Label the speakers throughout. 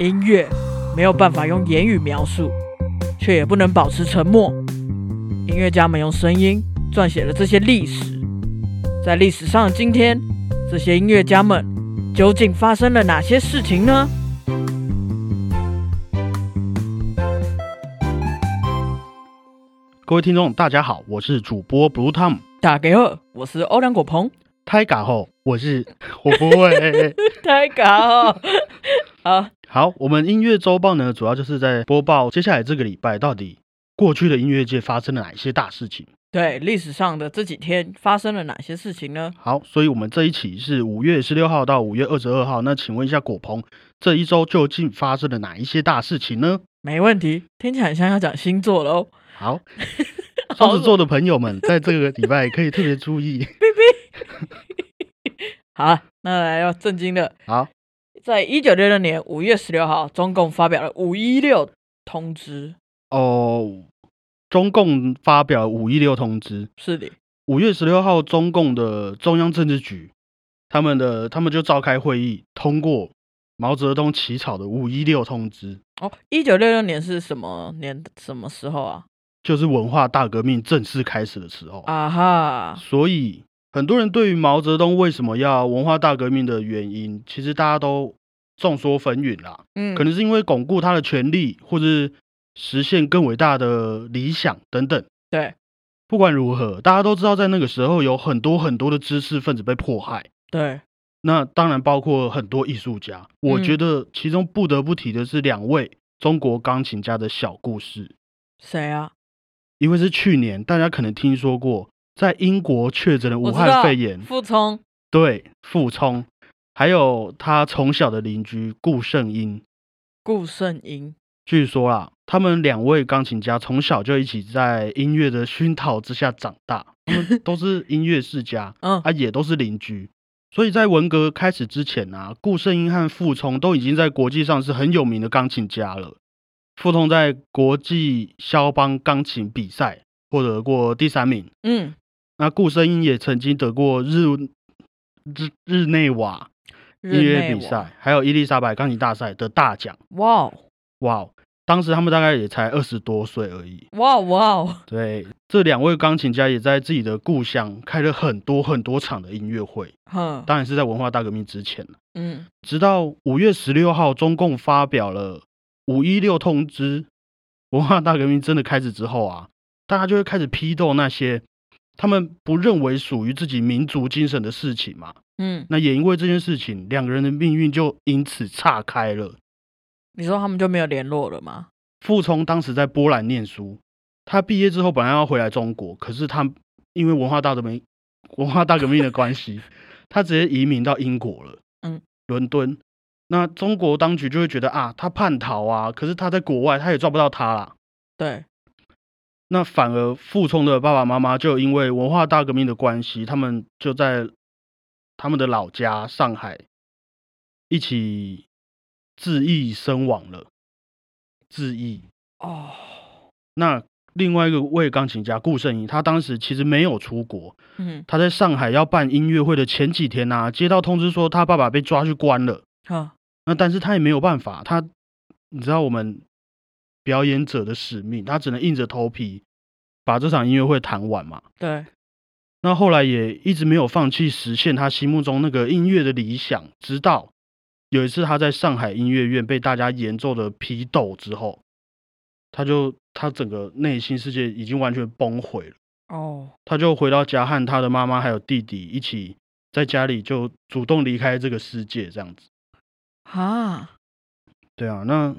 Speaker 1: 音乐没有办法用言语描述，却也不能保持沉默。音乐家们用声音撰写了这些历史，在历史上的今天，这些音乐家们究竟发生了哪些事情呢？
Speaker 2: 各位听众，大家好，我是主播 Blue Tom。
Speaker 1: 大家好，我是欧良果鹏，
Speaker 2: 太嘎后，我是 我不会。
Speaker 1: 太搞 好，
Speaker 2: 好，我们音乐周报呢，主要就是在播报接下来这个礼拜到底过去的音乐界发生了哪些大事情。
Speaker 1: 对历史上的这几天发生了哪些事情呢？
Speaker 2: 好，所以我们这一期是五月十六号到五月二十二号。那请问一下果鹏，这一周究竟发生了哪一些大事情呢？
Speaker 1: 没问题，听起来很像要讲星座哦喽。
Speaker 2: 好，双子座的朋友们，在这个礼拜可以特别注意。
Speaker 1: 好了，那来要震惊的，
Speaker 2: 好，
Speaker 1: 在一九六六年五月十六号，中共发表了五一六通知。
Speaker 2: 哦，中共发表了五一六通知，
Speaker 1: 是的，
Speaker 2: 五月十六号，中共的中央政治局，他们的他们就召开会议，通过毛泽东起草的五一六通知，
Speaker 1: 哦，一九六六年是什么年？什么时候啊？
Speaker 2: 就是文化大革命正式开始的时候。
Speaker 1: 啊哈，
Speaker 2: 所以很多人对于毛泽东为什么要文化大革命的原因，其实大家都众说纷纭啦。
Speaker 1: 嗯，
Speaker 2: 可能是因为巩固他的权利，或是实现更伟大的理想等等。
Speaker 1: 对，
Speaker 2: 不管如何，大家都知道，在那个时候有很多很多的知识分子被迫害，
Speaker 1: 对，
Speaker 2: 那当然包括很多艺术家。我
Speaker 1: 嗯
Speaker 2: 觉得其中不得不提的是两位中国钢琴家的小故事，
Speaker 1: 谁啊？
Speaker 2: 一位是去年大家可能听说过，在英国确诊了
Speaker 1: 我
Speaker 2: 武
Speaker 1: 知道
Speaker 2: 汉肺炎，
Speaker 1: 傅聪，
Speaker 2: 对，傅聪，还有他从小的邻居顾胜英。
Speaker 1: 顾胜英。
Speaker 2: 据说啦，他们两位钢琴家从小就一起在音乐的熏陶之下长大，他们都是音乐世家，
Speaker 1: 嗯
Speaker 2: 啊，也都是邻居。所以在文革开始之前啊，顾胜英和傅聪都已经在国际上是很有名的钢琴家了。傅聪在国际肖邦钢琴比赛获得过第三名，
Speaker 1: 嗯，
Speaker 2: 那顾胜英也曾经得过日日日内瓦音
Speaker 1: 日
Speaker 2: 乐
Speaker 1: 内
Speaker 2: 比
Speaker 1: 瓦。
Speaker 2: 赛，还有伊丽莎白钢琴大赛的大奖。
Speaker 1: 哇哦
Speaker 2: 哇哦，当时他们大概也才二十多岁而已。
Speaker 1: 哇哦哇哦！
Speaker 2: 对，这两位钢琴家也在自己的故乡开了很多很多场的音乐会，
Speaker 1: 哼，
Speaker 2: 当然是在文化大革命之前了
Speaker 1: 嗯，
Speaker 2: 直到五月十六号，中共发表了五一六通知，文化大革命真的开始之后啊，大家就会开始批斗那些他们不认为属于自己民族精神的事情嘛。
Speaker 1: 嗯，
Speaker 2: 那也因为这件事情，两个人的命运就因此岔开了。
Speaker 1: 你说他们就没有联络了吗？
Speaker 2: 傅聪当时在波兰念书，他毕业之后本来要回来中国，可是他因为文化大革命、 文化大革命的关系， 他直接移民到英国了。
Speaker 1: 嗯，
Speaker 2: 伦敦。那中国当局就会觉得啊，他叛逃啊，可是他在国外，他也抓不到他啦。
Speaker 1: 对，
Speaker 2: 那反而傅聪的爸爸妈妈就因为文化大革命的关系，他们就在他们的老家上海一起自缢身亡了。自缢。
Speaker 1: 哦，
Speaker 2: 那另外一个位钢琴家顾胜英，他当时其实没有出国，
Speaker 1: 嗯，
Speaker 2: 他在上海要办音乐会的前几天呐、接到通知说他爸爸被抓去关了。
Speaker 1: 哼，
Speaker 2: 那但是他也没有办法，他你知道我们表演者的使命，他只能硬着头皮把这场音乐会弹完嘛。
Speaker 1: 对，
Speaker 2: 那后来也一直没有放弃实现他心目中那个音乐的理想，直到有一次他在上海音乐院被大家演奏的批斗之后，他就他整个内心世界已经完全崩毁了。
Speaker 1: 哦，
Speaker 2: 他就回到家和他的妈妈还有弟弟一起在家里就主动离开这个世界，这样子。
Speaker 1: 哈，
Speaker 2: 对啊，那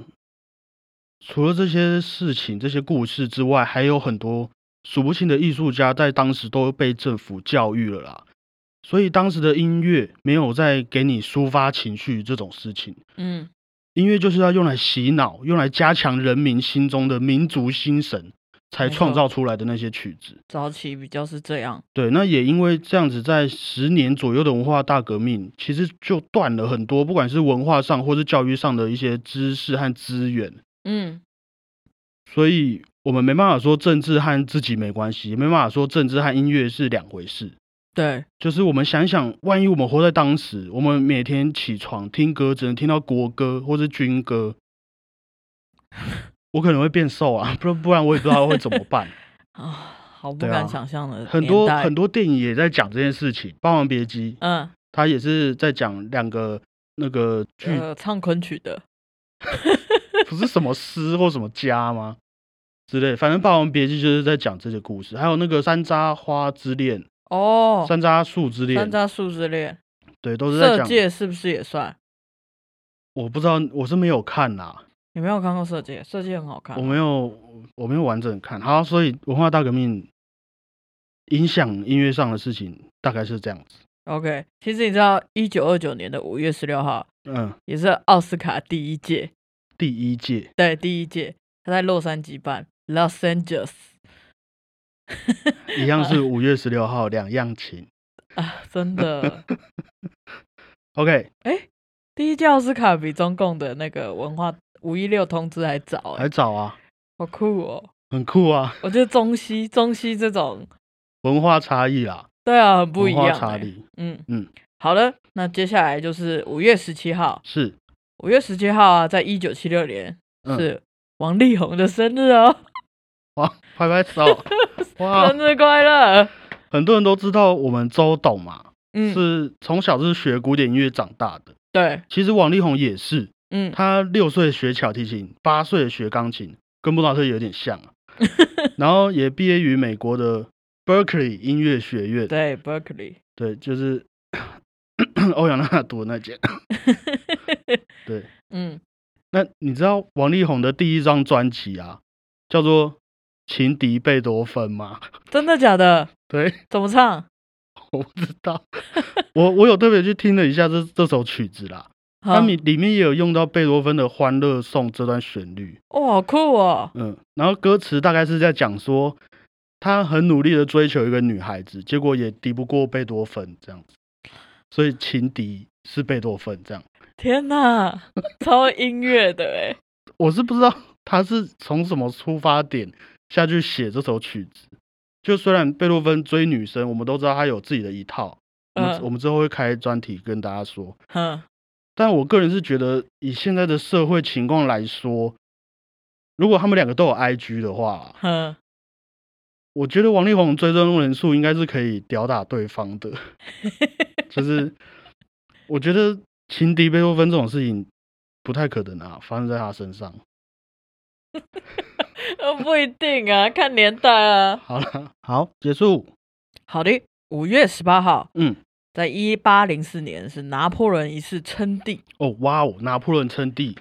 Speaker 2: 除了这些事情、这些故事之外，还有很多数不清的艺术家在当时都被政府教育了啦。所以当时的音乐没有在给你抒发情绪这种事情，
Speaker 1: 嗯，
Speaker 2: 音乐就是要用来洗脑，用来加强人民心中的民族精神，才
Speaker 1: 没错
Speaker 2: 创造出来的那些曲子。
Speaker 1: 早期比较是这样，
Speaker 2: 对，那也因为这样子，在十年左右的文化大革命，其实就断了很多，不管是文化上或是教育上的一些知识和资源。
Speaker 1: 嗯，
Speaker 2: 所以我们没办法说政治和自己没关系，也没办法说政治和音乐是两回事。
Speaker 1: 对，
Speaker 2: 就是我们想想，万一我们活在当时，我们每天起床听歌只能听到国歌或是军歌，我可能会变瘦啊，不然不然我也不知道会怎么办。
Speaker 1: 啊，好不
Speaker 2: 对
Speaker 1: 敢
Speaker 2: 啊
Speaker 1: 想象的、
Speaker 2: 很多很，多电影也在讲这件事情，《霸王别姬》
Speaker 1: 嗯，
Speaker 2: 它也是在讲两个那个剧，
Speaker 1: 呃，唱昆曲的，
Speaker 2: 不是什么诗或什么家吗？之类，反正《霸王别姬》就是在讲这些故事，还有那个《山楂花之恋》
Speaker 1: 哦，
Speaker 2: 山楂树之恋
Speaker 1: 山》，楂树之恋，
Speaker 2: 对，都是在
Speaker 1: 色
Speaker 2: 讲。
Speaker 1: 戒是不是也算？
Speaker 2: 我不知道，我是没有看啦，
Speaker 1: 你没有看过色戒？色戒很好看
Speaker 2: 我，没有，我没有完整看。好，所以文化大革命影响音乐上的事情大概是这样子。
Speaker 1: OK，其实你知道，一九二九年的五月十六号
Speaker 2: 嗯，
Speaker 1: 也是奥斯卡第一届，
Speaker 2: 第一届
Speaker 1: 对，第一届，他在洛杉矶办 （Los Angeles）
Speaker 2: 一样是五月十六号，两样情。
Speaker 1: 啊，真 的，
Speaker 2: OK，
Speaker 1: 第一届奥斯卡比中共的那个文化五一六通知还早、
Speaker 2: 还
Speaker 1: 欸，
Speaker 2: 早啊，
Speaker 1: 好酷 哦！
Speaker 2: 很酷啊，
Speaker 1: 我觉得中西中西这种，
Speaker 2: 文化差异啦，
Speaker 1: 对啊，很不一
Speaker 2: 文
Speaker 1: 样、
Speaker 2: 化差
Speaker 1: 欸。
Speaker 2: 异
Speaker 1: 嗯嗯
Speaker 2: 嗯，
Speaker 1: 好了，那接下来就是五月十七号，
Speaker 2: 是、
Speaker 1: 五月十七号啊，在一九七六年
Speaker 2: 嗯、
Speaker 1: 是王力宏的生日哦，
Speaker 2: 哇，拍 拍手哇
Speaker 1: 生，日快乐！
Speaker 2: 很多人都知道我们周董嘛，
Speaker 1: 嗯，
Speaker 2: 是从小是学古典音乐长大的。
Speaker 1: 对，
Speaker 2: 其实王力宏也是，
Speaker 1: 嗯，
Speaker 2: 他六岁学小提琴，八岁学钢琴，跟布达特有点 像啊。然后也毕业于美国的 Berkeley 音乐学院，
Speaker 1: 对，Berkeley，
Speaker 2: 对，就是 欧阳娜娜读的那 间。对，
Speaker 1: 嗯，
Speaker 2: 那你知道王力宏的第一张专辑啊，叫做《情敌贝多芬》吗？
Speaker 1: 真的假的？
Speaker 2: 对，
Speaker 1: 怎么唱？
Speaker 2: 我不知 道，我我有特别去听了一下这这首曲子啦，它
Speaker 1: 好
Speaker 2: 里里面也有用到贝多芬的《欢乐颂》这段旋律，
Speaker 1: 哦，好酷哦！
Speaker 2: 嗯，然后歌词大概是在讲说，他很努力的追求一个女孩子，结果也敌不过贝多芬这样子，所以情敌是贝多芬这样，
Speaker 1: 天哪，超音乐的哎，
Speaker 2: 我是不知道他是从什么出发点下去写这首曲子，就虽然贝多芬追女生，我们都知道他有自己的一套，我们、
Speaker 1: 嗯
Speaker 2: 我们之后会开专题跟大家说。
Speaker 1: 哼，
Speaker 2: 但我个人是觉得，以现在的社会情况来说，如果他们两个都有 IG 的话，
Speaker 1: 哼，
Speaker 2: 我觉得王力宏追踪人数应该是可以吊打对方 的。就是我觉得情敌贝多芬这种事情不太可能啊，发生在他身上。
Speaker 1: 呃不一定啊，看年代啊。
Speaker 2: 好了， 好，结束。
Speaker 1: 好的，五月十八号，
Speaker 2: 嗯，
Speaker 1: 在一八零四年是拿破仑一世称帝，
Speaker 2: 哦，哇哦，拿破仑称 帝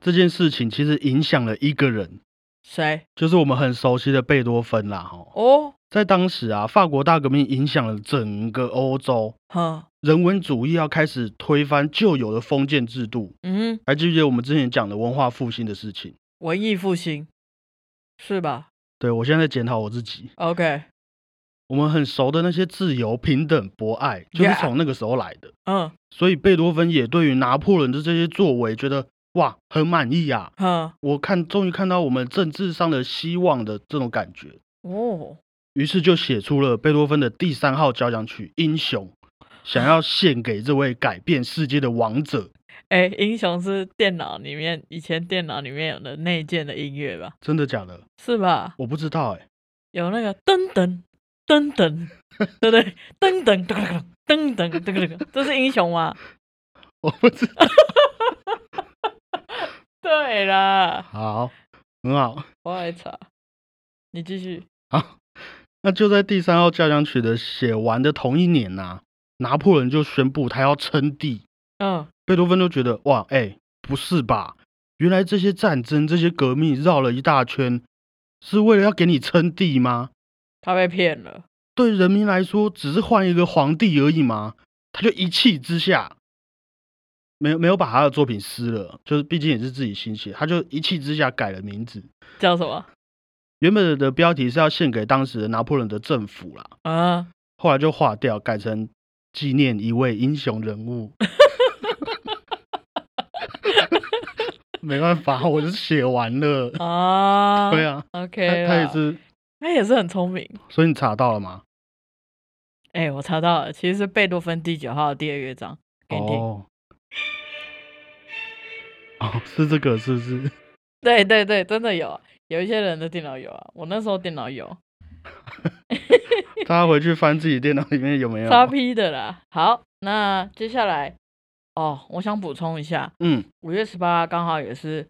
Speaker 2: 这件事情其实影响了一个人，
Speaker 1: 谁？
Speaker 2: 就是我们很熟悉的贝多芬啦，哈。
Speaker 1: 哦，
Speaker 2: 在当时啊，法国大革命影响了整个欧洲，
Speaker 1: 哼，
Speaker 2: 人文主义要开始推翻旧有的封建制度。
Speaker 1: 嗯，
Speaker 2: 还记不记得我们之前讲的文化复兴的事情？
Speaker 1: 文艺复兴是吧
Speaker 2: 对我现在在检讨我自己，
Speaker 1: ？OK，
Speaker 2: 我们很熟的那些自由、平等、博爱，就是
Speaker 1: Yeah
Speaker 2: 从那个时候来的。
Speaker 1: 嗯
Speaker 2: 所以贝多芬也对于拿破仑的这些作为，觉得哇很满意啊！
Speaker 1: 哼，
Speaker 2: 我看终于看到我们政治上的希望的这种感觉，
Speaker 1: 哦，
Speaker 2: 于是就写出了贝多芬的第三号交响曲《英雄》，想要献给这位改变世界的王者。
Speaker 1: 哎，英雄是电脑里面以前电脑里面有的内建的音乐吧？
Speaker 2: 真的假的？
Speaker 1: 是吧？
Speaker 2: 我不知道哎、
Speaker 1: 有那个噔噔噔噔，对不对？噔噔噔噔噔噔噔噔，这是英雄吗？
Speaker 2: 我不知道。
Speaker 1: 对啦，
Speaker 2: 好，很好。
Speaker 1: 我爱查。你继续。
Speaker 2: 啊那就在第三号交响曲的写完的同一年呐、拿破仑就宣布他要称帝。
Speaker 1: 嗯，
Speaker 2: 贝多芬就觉得哇，哎、不是吧？原来这些战争、这些革命绕了一大圈，是为了要给你称帝吗？
Speaker 1: 他被骗了。
Speaker 2: 对人民来说，只是换一个皇帝而已吗？他就一气之下，没有没有把他的作品撕了，就是毕竟也是自己心血，他就一气之下改了名字。
Speaker 1: 叫什么？
Speaker 2: 原本的标题是要献给当时的拿破仑的政府啦，
Speaker 1: 啊，
Speaker 2: 后来就划掉，改成纪念一位英雄人物。没办法，我就写完了。
Speaker 1: 啊，
Speaker 2: 对啊，他
Speaker 1: ，OK，
Speaker 2: 他也
Speaker 1: 啦
Speaker 2: 是，
Speaker 1: 他也是很聪明。
Speaker 2: 所以你查到了吗？
Speaker 1: 哎、我查到了，其实是贝多芬第九号的第二乐章，给你听。
Speaker 2: 哦，哦，是这个是不是？
Speaker 1: 对对对，真的有，有一些人的电脑有啊，我那时候电脑有，
Speaker 2: 大家回去翻自己电脑里面有没有？
Speaker 1: 叉 P 的啦。好，那接下来，哦，我想补充一下，
Speaker 2: 嗯，
Speaker 1: 五月十八刚好也是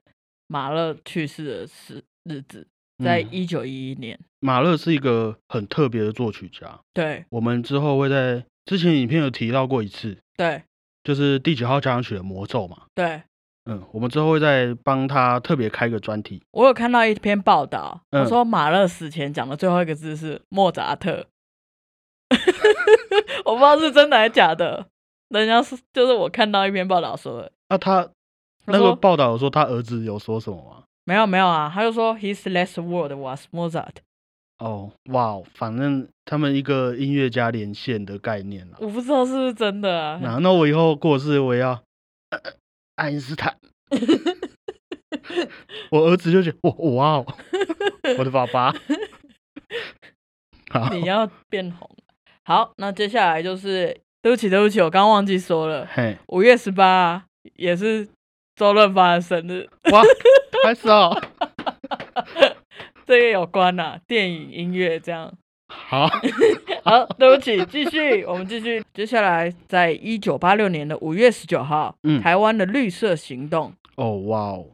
Speaker 1: 马勒去世的时日子，
Speaker 2: 嗯
Speaker 1: 在一九一一年。
Speaker 2: 马勒是一个很特别的作曲家，
Speaker 1: 对
Speaker 2: 我们之后会在之前影片有提到过一次，
Speaker 1: 对
Speaker 2: 就是第九号交响曲的魔咒嘛。
Speaker 1: 对，
Speaker 2: 嗯，我们之后会再帮他特别开个专题。
Speaker 1: 我有看到一篇报道，他
Speaker 2: 嗯
Speaker 1: 说马勒死前讲的最后一个字是莫扎 特，我不知道是真的还是假的。人家是就是我看到一篇报道说的，
Speaker 2: 那他
Speaker 1: 他
Speaker 2: 那
Speaker 1: 说
Speaker 2: 个报道有说他儿子有说什么吗？
Speaker 1: 没有没有啊，他就说 his last word was Mozart。
Speaker 2: 哦，哇哦，反正他们一个音乐家连线的概念啦。
Speaker 1: 我不知道是不是真的啊。
Speaker 2: 那那我以后过世我也要、呃呃爱因斯坦。 我儿子就觉得哇哇哦，我的爸 爸。好，
Speaker 1: 你要变红了。好，那接下来就是，对不起对不起，我刚忘记说了，
Speaker 2: 嘿，
Speaker 1: 五月十八也是周润发的生日，
Speaker 2: 哇，开始哦，
Speaker 1: 这也有关啊，电影、音乐这样。
Speaker 2: 好，
Speaker 1: 好，对不起，继续，我们继续。接下来，在一九八六年的五月十九号，
Speaker 2: 嗯
Speaker 1: 台湾的绿色行动，
Speaker 2: 哦哇哦，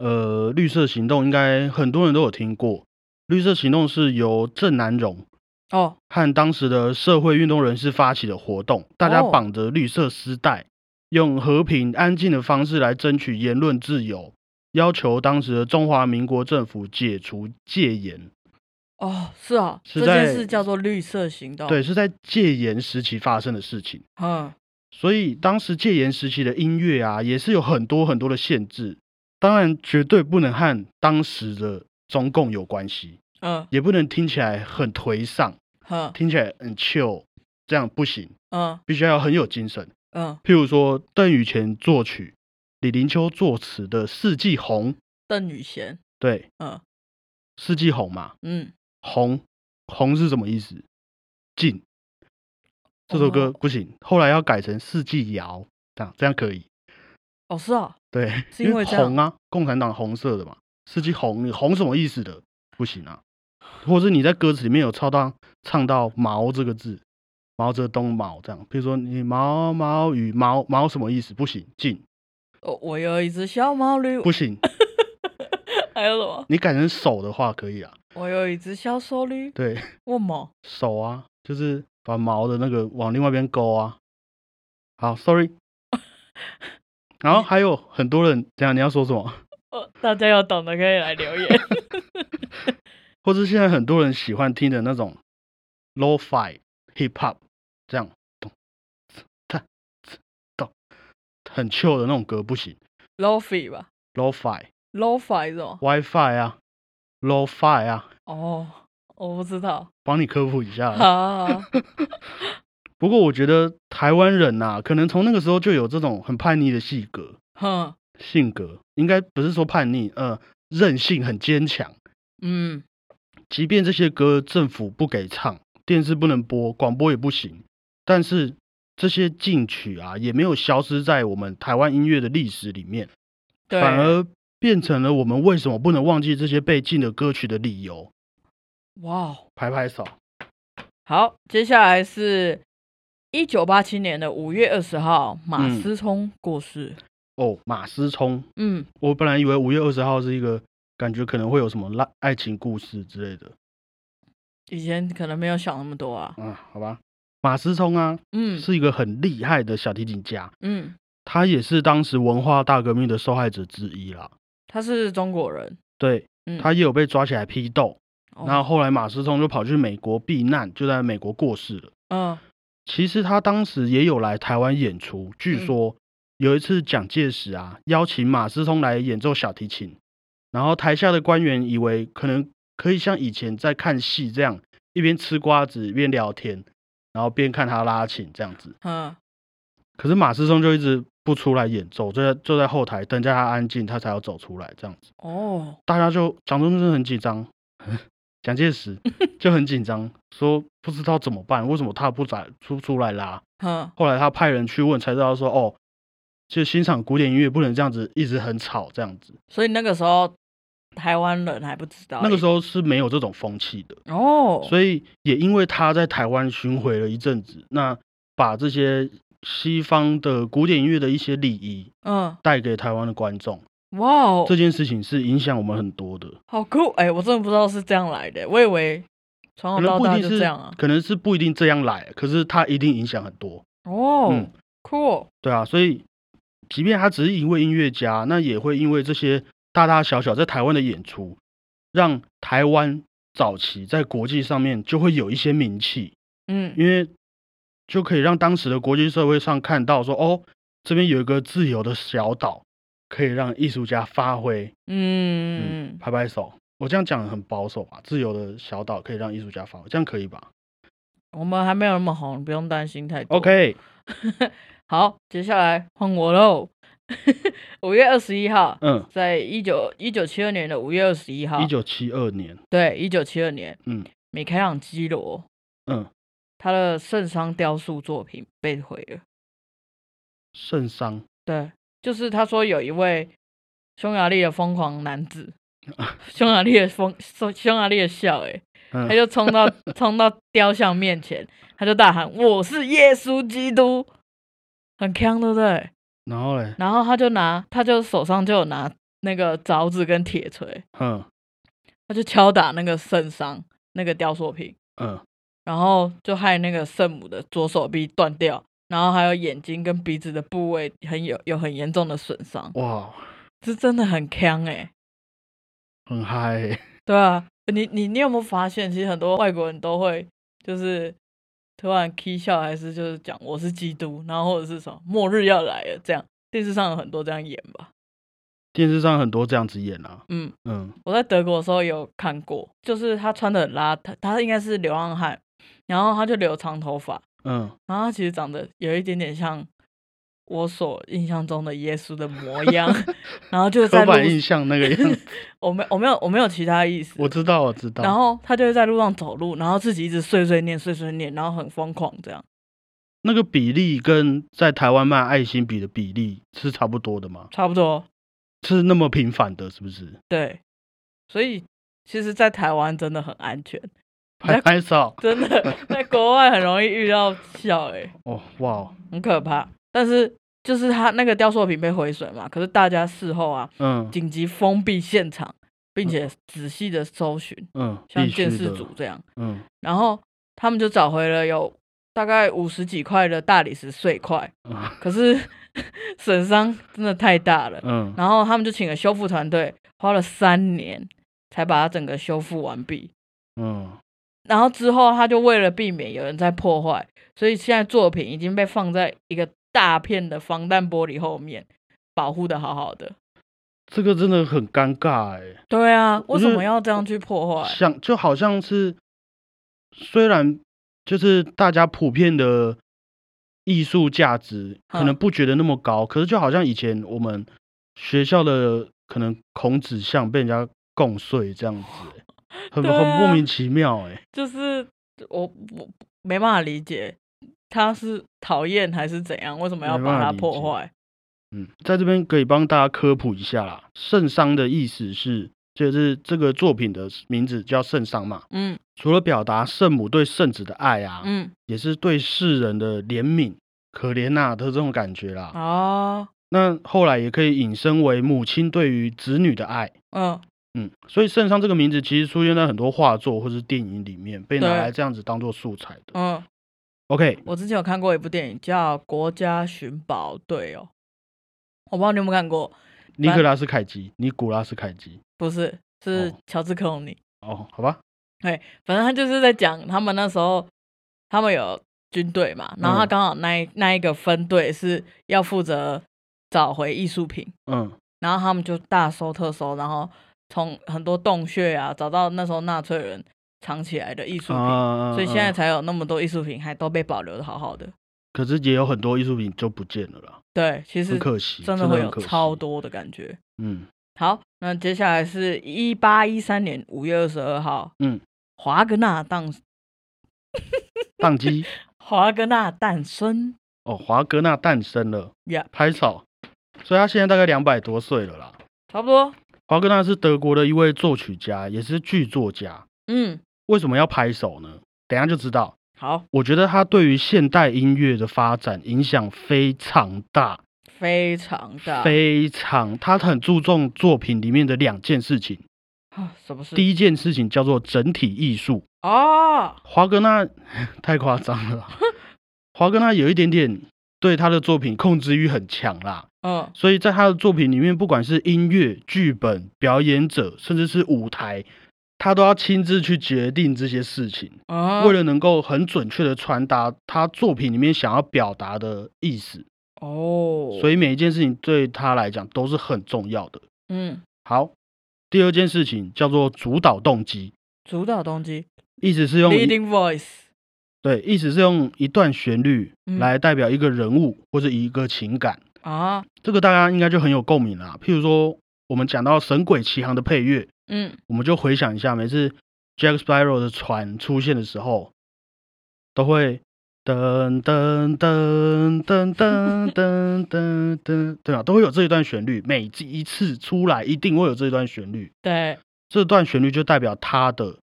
Speaker 2: 呃，绿色行动应该很多人都有听过，绿色行动是由郑南榕
Speaker 1: 哦，
Speaker 2: 和当时的社会运动人士发起的活动，大家
Speaker 1: 哦
Speaker 2: 绑着绿色丝带，用和平安静的方式来争取言论自由，要求当时的中华民国政府解除戒严。
Speaker 1: 哦，是啊，
Speaker 2: 是
Speaker 1: 这件
Speaker 2: 在
Speaker 1: 事叫做绿色行动。
Speaker 2: 对，，是在戒严时期发生的事情。
Speaker 1: 嗯，
Speaker 2: 所以当时戒严时期的音乐啊，也是有很多很多的限制，当然绝对不能和当时的中共有关系，
Speaker 1: 嗯，
Speaker 2: 也不能听起来很颓丧，
Speaker 1: 嗯，
Speaker 2: 听起来很 chill，这样不行，
Speaker 1: 嗯，
Speaker 2: 必须要很有精神。
Speaker 1: 嗯，
Speaker 2: 譬如说邓雨前作曲，李林秋作词的《四季红》，
Speaker 1: 邓宇贤，
Speaker 2: 对，《
Speaker 1: 嗯，
Speaker 2: 四季红》嘛，
Speaker 1: 嗯，
Speaker 2: 红红是什么意思？静。这首歌
Speaker 1: 哦
Speaker 2: 不行，后来要改成《四季谣》，这样这样可以。
Speaker 1: 哦，是啊，
Speaker 2: 对，
Speaker 1: 是因为这样
Speaker 2: 红啊，共产党红色的嘛，司机红，你红什么意思的？不行啊，或者是你在歌词里面有唱到唱到毛这个字，毛泽东毛这样，比如说你毛毛雨毛毛什么意思？不行，禁，
Speaker 1: 哦，我有一只小毛驴，
Speaker 2: 不行，
Speaker 1: 还有什么？
Speaker 2: 你改成手的话可以啊，
Speaker 1: 我有一只小手驴，
Speaker 2: 对
Speaker 1: 问么？
Speaker 2: 手啊，就是把毛的那个往另外一边勾啊。好，sorry。然后还有很多人，等一下你要说什么？
Speaker 1: 哦，大家有懂的可以来留言。
Speaker 2: 或是现在很多人喜欢听的那种 lo-fi hip hop，这样咚哒呲咚，很 chill 的那种歌不行
Speaker 1: lofi 吧
Speaker 2: ，lo-fi
Speaker 1: ，lofi 是吗？
Speaker 2: WiFi 啊，lo-fi 啊，
Speaker 1: 哦，我不知道。
Speaker 2: 帮你科普一下啦。
Speaker 1: 啊，
Speaker 2: 不过我觉得台湾人呐、可能从那个时候就有这种很叛逆的性格，
Speaker 1: 哼，
Speaker 2: 性格应该不是说叛逆，呃，韧性很坚强。
Speaker 1: 嗯，
Speaker 2: 即便这些歌政府不给唱，电视不能播，广播也不行，但是这些禁曲啊，也没有消失在我们台湾音乐的历史里面，
Speaker 1: 对，
Speaker 2: 反而变成了我们为什么不能忘记这些被禁的歌曲的理由。
Speaker 1: 哇哦，
Speaker 2: 拍拍手，
Speaker 1: 好，接下来是一九八七年的五月二十号，马
Speaker 2: 嗯
Speaker 1: 思聪过世。
Speaker 2: 哦，马思聪，
Speaker 1: 嗯，
Speaker 2: 我本来以为五月二十号是一个感觉可能会有什么爱爱情故事之类的，
Speaker 1: 以前可能没有想那么多啊。
Speaker 2: 啊，好吧。马思聪啊，
Speaker 1: 嗯
Speaker 2: 是一个很厉害的小提琴家，
Speaker 1: 嗯，
Speaker 2: 他也是当时文化大革命的受害者之一啦。
Speaker 1: 他是中国人。
Speaker 2: 对，
Speaker 1: 嗯，
Speaker 2: 他也有被抓起来批斗，
Speaker 1: 哦
Speaker 2: 然后后来马思聪就跑去美国避难，就在美国过世了。
Speaker 1: 嗯
Speaker 2: 其实他当时也有来台湾演出，据
Speaker 1: 嗯
Speaker 2: 说有一次蒋介石啊邀请马思聪来演奏小提琴，然后台下的官员以为可能可以像以前在看戏这样，一边吃瓜子一边聊天，然后边看他拉琴这样子。
Speaker 1: 嗯
Speaker 2: 可是马思聪就一直不出来演奏，就在就在后台等一下他安静，他才要走出来这样子。
Speaker 1: 哦，
Speaker 2: 大家就蒋中正很紧张， 蒋 介石就很紧张，说不知道怎么办，为什么他不来出出来啦？
Speaker 1: 哼，
Speaker 2: 后来他派人去问，才知道说哦，其实欣赏古典音乐不能这样子一直很吵这样子。
Speaker 1: 所以那个时候台湾人还不知道耶，
Speaker 2: 那个时候是没有这种风气的，
Speaker 1: 啊哦，
Speaker 2: 所以也因为他在台湾巡回了一阵子，那把这些西方的古典音乐的一些礼仪
Speaker 1: 嗯，
Speaker 2: 带给台湾的观众，
Speaker 1: 哇哦
Speaker 2: 这，件事情是影响我们很多的。
Speaker 1: 好酷！哎、我真的不知道是这样来的，我以为从
Speaker 2: 可
Speaker 1: 小哦到
Speaker 2: 能不一
Speaker 1: 大
Speaker 2: 定
Speaker 1: 就是这样啊。
Speaker 2: 可能是不一定这样来，可是它一定影响很多。
Speaker 1: 哦，
Speaker 2: 嗯
Speaker 1: 酷哦，
Speaker 2: 对啊，所以即便他只是一位音乐家，那也会因为这些大大小小在台湾的演出，让台湾早期在国际上面就会有一些名气，
Speaker 1: 嗯，
Speaker 2: 因为就可以让当时的国际社会上看到说，哦，这边有一个自由的小岛，可以让艺术家发挥。
Speaker 1: 嗯，
Speaker 2: 拍拍手，我这样讲得很保守吧？自由的小岛可以让艺术家发挥，这样可以吧
Speaker 1: 我们还没有那么红，不用担心太多。
Speaker 2: ？OK，
Speaker 1: 好，接下来换我喽。五月二十一号，
Speaker 2: 嗯，
Speaker 1: 在一九一九七二年的五月二十一号，
Speaker 2: 一九七二年，
Speaker 1: 对一九七二年，
Speaker 2: 嗯
Speaker 1: 米开朗基罗
Speaker 2: 嗯，
Speaker 1: 他的圣殇雕塑作品被毁了。
Speaker 2: 圣殇，
Speaker 1: 对，就是他说有一位匈牙利的疯狂男子，匈牙利的疯，匈匈牙利的笑、欸，
Speaker 2: 啊嗯
Speaker 1: 他，就冲 到冲到雕像面前，他就大喊：“我是耶稣基督！”很强，对不对？
Speaker 2: 然后嘞，
Speaker 1: 然后他就拿，他就手上就有拿那个凿子跟铁锤，
Speaker 2: 嗯
Speaker 1: 他就敲打那个圣殇那个雕塑品，
Speaker 2: 嗯，
Speaker 1: 然后就害那个圣母的左手臂断掉，然后还有眼睛跟鼻子的部位很有有很严重的损伤。
Speaker 2: 哇，
Speaker 1: 这真的很坑哎、
Speaker 2: 很嗨欸、
Speaker 1: 对啊，你你你有没有发现，其实很多外国人都会就是突然 k 笑，还是就是讲我是基督，然后或者是什么末日要来了这样，电视上有很多这样演吧。
Speaker 2: 电视上很多这样子演啊，
Speaker 1: 嗯，
Speaker 2: 嗯
Speaker 1: 我在德国的时候有看过，就是他穿的很邋遢，他应该是流浪汉，然后他就留长头发，
Speaker 2: 嗯，
Speaker 1: 然后他其实长得有一点点像我所印象中的耶稣的模 样，然后就在
Speaker 2: 刻
Speaker 1: 路，
Speaker 2: 板印象那个样 子，
Speaker 1: 我没我没有我没有其他意思，
Speaker 2: 我知道我知道，
Speaker 1: 然后他就会在路上走路，然后自己一直碎碎念、碎碎念，然后很疯狂这样。
Speaker 2: 那个比例跟在台湾卖爱心比的比例是差不多的吗？
Speaker 1: 差不多，
Speaker 2: 是那么频繁的，是不是？
Speaker 1: 对。所以其实，在台湾真的很安全，
Speaker 2: 拍拍手，
Speaker 1: 真 的在国外很容易遇到笑欸诶、
Speaker 2: 哦哇，
Speaker 1: 很可怕。但是就是他那个雕塑品被毁损嘛，可是大家事后啊，
Speaker 2: 嗯
Speaker 1: 紧急封闭现场，并且仔细的搜寻，
Speaker 2: 嗯，
Speaker 1: 像
Speaker 2: 必须
Speaker 1: 鉴识
Speaker 2: 的
Speaker 1: 组，这样，
Speaker 2: 嗯
Speaker 1: 然后他们就找回了有大概五十几块的大理石碎块。
Speaker 2: 嗯
Speaker 1: 可是 损伤真的太大了，
Speaker 2: 嗯，
Speaker 1: 然后他们就请了修复团队，花了三年才把它整个修复完毕。
Speaker 2: 嗯，
Speaker 1: 然后之后，他就为了避免有人在破坏，所以现在作品已经被放在一个大片的防弹玻璃后面，保护的好好的。
Speaker 2: 这个真的很尴尬哎、
Speaker 1: 对啊，
Speaker 2: 我
Speaker 1: 为
Speaker 2: 觉
Speaker 1: 什
Speaker 2: 得
Speaker 1: 么要这样去破坏？
Speaker 2: 像就好像是，虽然就是大家普遍的艺术价值可能
Speaker 1: 嗯
Speaker 2: 不觉得那么高，可是就好像以前我们学校的可能孔子像被人家共睡这样子欸、很
Speaker 1: 对
Speaker 2: 很莫
Speaker 1: 啊
Speaker 2: 名其妙哎、
Speaker 1: 就是我我没办法理解，他是讨厌还是怎样？为什么要
Speaker 2: 没办
Speaker 1: 把
Speaker 2: 法
Speaker 1: 它
Speaker 2: 理
Speaker 1: 破
Speaker 2: 解
Speaker 1: 坏？
Speaker 2: 嗯，在这边可以帮大家科普一下啦，圣殇的意思是，就是这个作品的名字叫圣殇嘛，
Speaker 1: 嗯
Speaker 2: 除了表达圣母对圣子的爱啊，
Speaker 1: 嗯
Speaker 2: 也是对世人的怜悯、可怜呐、的这种感觉啦。
Speaker 1: 啊
Speaker 2: 那后来也可以引申为母亲对于子女的爱。
Speaker 1: 嗯
Speaker 2: 嗯，所以圣殇这个名字其实出现在很多画作或是电影里面，被拿
Speaker 1: 对
Speaker 2: 来这样子当做素材的。
Speaker 1: 嗯，
Speaker 2: OK，
Speaker 1: 我之前有看过一部电影叫《国家寻宝队》哦，我不知道你有没有看过，
Speaker 2: 尼克拉斯凯奇，尼古拉斯凯奇。
Speaker 1: 不是，是
Speaker 2: 哦
Speaker 1: 乔治克隆尼。
Speaker 2: 哦，好吧，
Speaker 1: 反正他就是在讲他们那时候，他们有军队嘛，然后他
Speaker 2: 嗯
Speaker 1: 刚好那一那一个分队是要负责找回艺术品，
Speaker 2: 嗯
Speaker 1: 然后他们就大搜特搜，然后从很多洞穴啊找到那时候纳粹人藏起来的艺术品，
Speaker 2: 啊，
Speaker 1: 所以现在
Speaker 2: 嗯
Speaker 1: 才有那么多艺术品还都被保留的好好的。
Speaker 2: 可是也有很多艺术品就不见了啦，
Speaker 1: 对，其实
Speaker 2: 很可惜，
Speaker 1: 真
Speaker 2: 真
Speaker 1: 的会
Speaker 2: 很
Speaker 1: 有
Speaker 2: 可惜
Speaker 1: 超。多的感觉。
Speaker 2: 嗯
Speaker 1: 好，那接下来是一八一三年五月二十二号，
Speaker 2: 嗯，
Speaker 1: 华格纳诞
Speaker 2: 宕机
Speaker 1: 华格纳诞生，
Speaker 2: 哦，华格纳诞生了，
Speaker 1: 呀、
Speaker 2: 拍草，所以他现在大概两百多岁了啦。
Speaker 1: 差不多，
Speaker 2: 华格纳是德国的一位作曲家，也是剧作家。
Speaker 1: 嗯，
Speaker 2: 为什么要拍手呢？等一下就知道。
Speaker 1: 好，
Speaker 2: 我觉得他对于现代音乐的发展影响非常大，
Speaker 1: 非常大，
Speaker 2: 非常。他很注重作品里面的两件事情，
Speaker 1: 啊，什么事？
Speaker 2: 第一件事情叫做整体艺术。
Speaker 1: 哦，
Speaker 2: 华格纳 太夸张了啦，华格纳有一点点对他的作品控制欲很强啦，
Speaker 1: 嗯，
Speaker 2: 所以在他的作品里面，不管是音乐、剧本、表演者，甚至是舞台，他都要亲自去决定这些事情。
Speaker 1: 啊，
Speaker 2: 为了能够很准确的传达他作品里面想要表达的意思，
Speaker 1: 哦，
Speaker 2: 所
Speaker 1: 以，
Speaker 2: 以每一件事情对他来讲都是很重要的。
Speaker 1: 嗯，
Speaker 2: 好，第二件事情叫做主导动机，
Speaker 1: 主导动机
Speaker 2: 意思是用一
Speaker 1: ，leading voice，
Speaker 2: 对，意思是用一段旋律
Speaker 1: 嗯
Speaker 2: 来代表一个人物或者一个情感。
Speaker 1: 啊，
Speaker 2: 这个大家应该就很有共鸣啦。譬如说，我们讲到《神鬼奇航》的配乐，
Speaker 1: 嗯，
Speaker 2: 我们就回想一下，每次 Jack Sparrow 的船出现的时候，都会噔噔噔噔噔噔噔噔，对吧？啊都会有这一段旋律，每一次出来一定会有这一段旋律。
Speaker 1: 对，
Speaker 2: 这段旋律就代表他的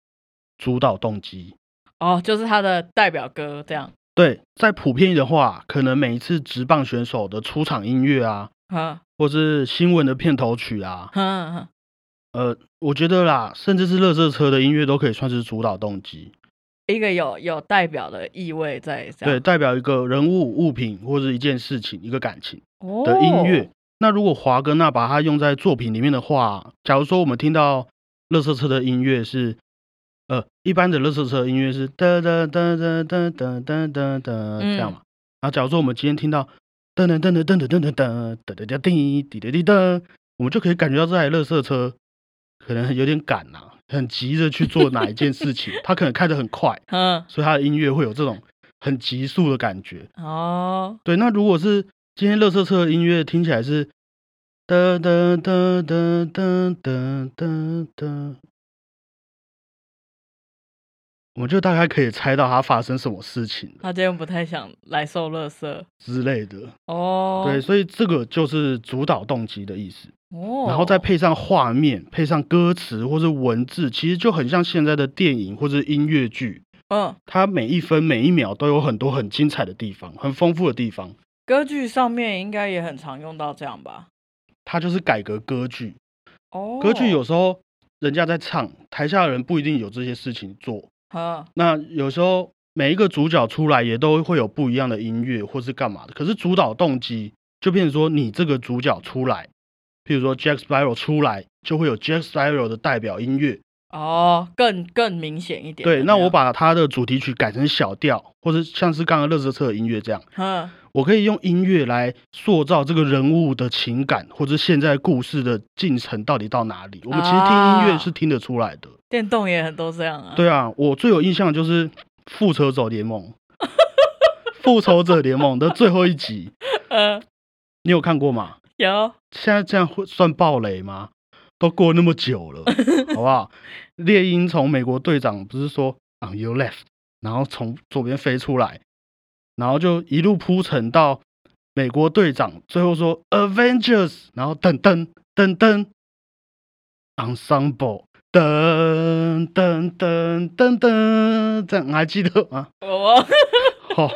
Speaker 2: 主导动机。
Speaker 1: 哦，就是他的代表歌这样，
Speaker 2: 对，再普遍的话，可能每一次职棒选手的出场音乐啊，
Speaker 1: 啊，
Speaker 2: 或是新闻的片头曲啊，
Speaker 1: 哼哼，
Speaker 2: 呃，我觉得啦，甚至是乐色车的音乐都可以算是主导动机。
Speaker 1: 一个有有代表的意味在，这
Speaker 2: 对，
Speaker 1: 样，
Speaker 2: 代表一个人物、物品或者一件事情、一个感情
Speaker 1: 对
Speaker 2: 的音乐。，
Speaker 1: 哦
Speaker 2: 那如果华格纳把它用在作品里面的话，假如说我们听到乐色车的音乐是，呃，一般的乐色车的音乐是哒哒哒哒哒哒哒哒哒
Speaker 1: 嗯
Speaker 2: 这样嘛。然后假如说我们今天听到噔噔噔噔噔噔噔噔噔哒哒哒滴滴哒滴噔，我们就可以感觉到这台乐色车可能有点赶啊，很急着去做哪一件事情，它可能开得很快。
Speaker 1: 嗯，
Speaker 2: 所以他的音乐会有这种很急速的感觉。
Speaker 1: 哦，
Speaker 2: 对，那如果是今天乐色车的音乐听起来是哒哒哒哒哒哒哒哒，我们就大概可以猜到它发生什么事情了
Speaker 1: 他今天不太想来受乐色
Speaker 2: 之类的。
Speaker 1: 哦。
Speaker 2: 对，，所以这个就是主导动机的意思，
Speaker 1: 哦，
Speaker 2: 然后再配上画面、配上歌词或是文字，其实就很像现在的电影或是音乐剧。
Speaker 1: 嗯，
Speaker 2: 它每一分每一秒都有很多很精彩的地方，很丰富的地方。
Speaker 1: 歌剧上面应该也很常用到这样吧？
Speaker 2: 它就是改革歌剧，
Speaker 1: 哦，
Speaker 2: 歌剧有时候人家在唱，台下的人不一定有这些事情做。
Speaker 1: 嗯
Speaker 2: 那有时候每一个主角出来也都会有不一样的音乐或是干嘛的，可是主导动机就变成说你这个主角出来，譬如说 Jack Sparrow 出来，就会有 Jack Sparrow 的代表音乐。
Speaker 1: 哦，更更明显一点的样。
Speaker 2: 对，那我把它的主题曲改成小调，或者像是刚刚乐色车的音乐这样。
Speaker 1: 嗯
Speaker 2: 我可以用音乐来塑造这个人物的情感，或者现在故事的进程到底到哪里。我们其实听音乐是听得出来的。
Speaker 1: 电动也很多这样啊。
Speaker 2: 对啊，我最有印象的就是《复仇者联盟》，《复仇者联盟》的最后一集，
Speaker 1: 嗯，
Speaker 2: 你有看过吗？
Speaker 1: 有
Speaker 2: 现在这样会算暴雷吗？都过那么久了，好不好？猎鹰从美国队长不是说 on your left，然后从左边飞出来，然后就一路铺陈到美国队长最后说 Avengers，然后噔噔噔噔，ensemble，噔噔噔噔噔，这样你还记得吗？
Speaker 1: 我
Speaker 2: 好、哦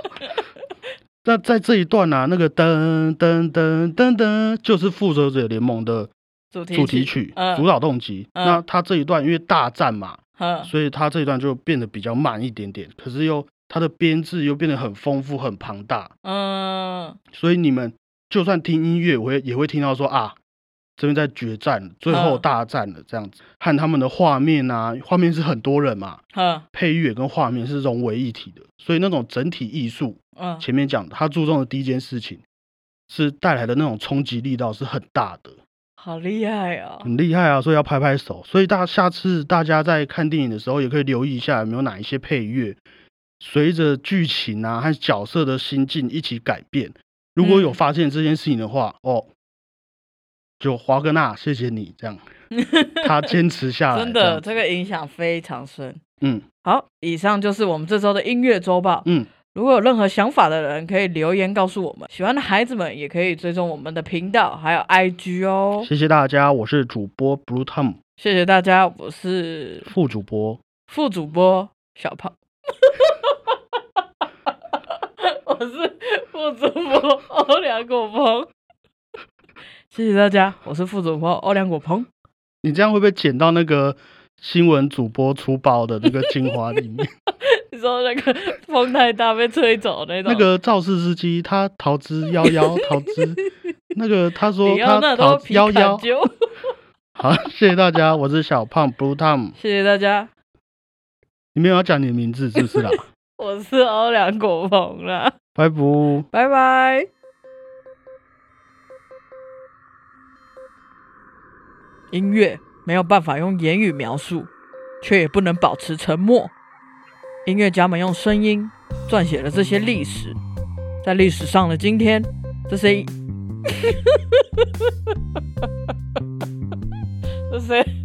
Speaker 2: 那在这一段啊，那个噔噔噔噔噔，就是复仇者联盟的
Speaker 1: 主题
Speaker 2: 主题曲，
Speaker 1: 嗯
Speaker 2: 主导动机。
Speaker 1: 嗯
Speaker 2: 那它这一段因为大战嘛，
Speaker 1: 嗯
Speaker 2: 所以它这一段就变得比较慢一点点，可是又它的编制又变得很丰富、很庞大，
Speaker 1: 嗯
Speaker 2: 所以你们就算听音乐，我也也会听到说啊。这边在决战，最后
Speaker 1: 嗯
Speaker 2: 大战了，这样子、和他们的画面啊，画面是很多人嘛，
Speaker 1: 嗯
Speaker 2: 配乐跟画面是融为一体的，所以那种整体艺术
Speaker 1: 嗯
Speaker 2: 前面讲的，他注重的第一件事情是带来的那种冲击力道是很大的，
Speaker 1: 好厉害哦。
Speaker 2: 很厉害啊，所以要拍拍手。所以大下次大家在看电影的时候，也可以留意一下有没有哪一些配乐随着剧情啊和角色的心境一起改变。如果有
Speaker 1: 嗯
Speaker 2: 发现这件事情的话，哦，就华格纳，谢谢你 这样，他坚持下来，
Speaker 1: 真
Speaker 2: 嗯啊这
Speaker 1: 的，
Speaker 2: 样
Speaker 1: 这个影响非常深。
Speaker 2: 嗯
Speaker 1: 好，以上就是我们这周的音乐周报。
Speaker 2: 嗯，
Speaker 1: 如果有任何想法的人，可以留言告诉我们。喜欢的孩子们也可以追踪我们的频道，还有 IG 哦。
Speaker 2: 谢谢大家，我是主播 Blue Tom
Speaker 1: 谢谢大家，我是
Speaker 2: 副主播，
Speaker 1: 副主播小胖。 我是副主播欧良果鹏，谢谢大家，我是副主播欧良果鹏。
Speaker 2: 你这样会不会剪到那个新闻主播粗暴的那个精华 里面？
Speaker 1: 你说那个风太大被吹走那种，
Speaker 2: 那个肇事司机他逃之夭夭，逃之那个他说
Speaker 1: 你要
Speaker 2: 他
Speaker 1: 那
Speaker 2: 逃
Speaker 1: 都
Speaker 2: 之
Speaker 1: 皮
Speaker 2: 夭
Speaker 1: 卡
Speaker 2: 夭。
Speaker 1: 丘。
Speaker 2: 好，谢谢大家，我是小胖 Blue Tom，
Speaker 1: 谢谢大家，
Speaker 2: 你们有要讲你的名字是不是 啦？
Speaker 1: 我是欧良果鹏啦，
Speaker 2: 拜拜。
Speaker 1: 拜拜。音乐没有办法用言语描述，却也不能保持沉默。音乐家们用声音撰写了这些历史，在历史上的今天，这 些，这些。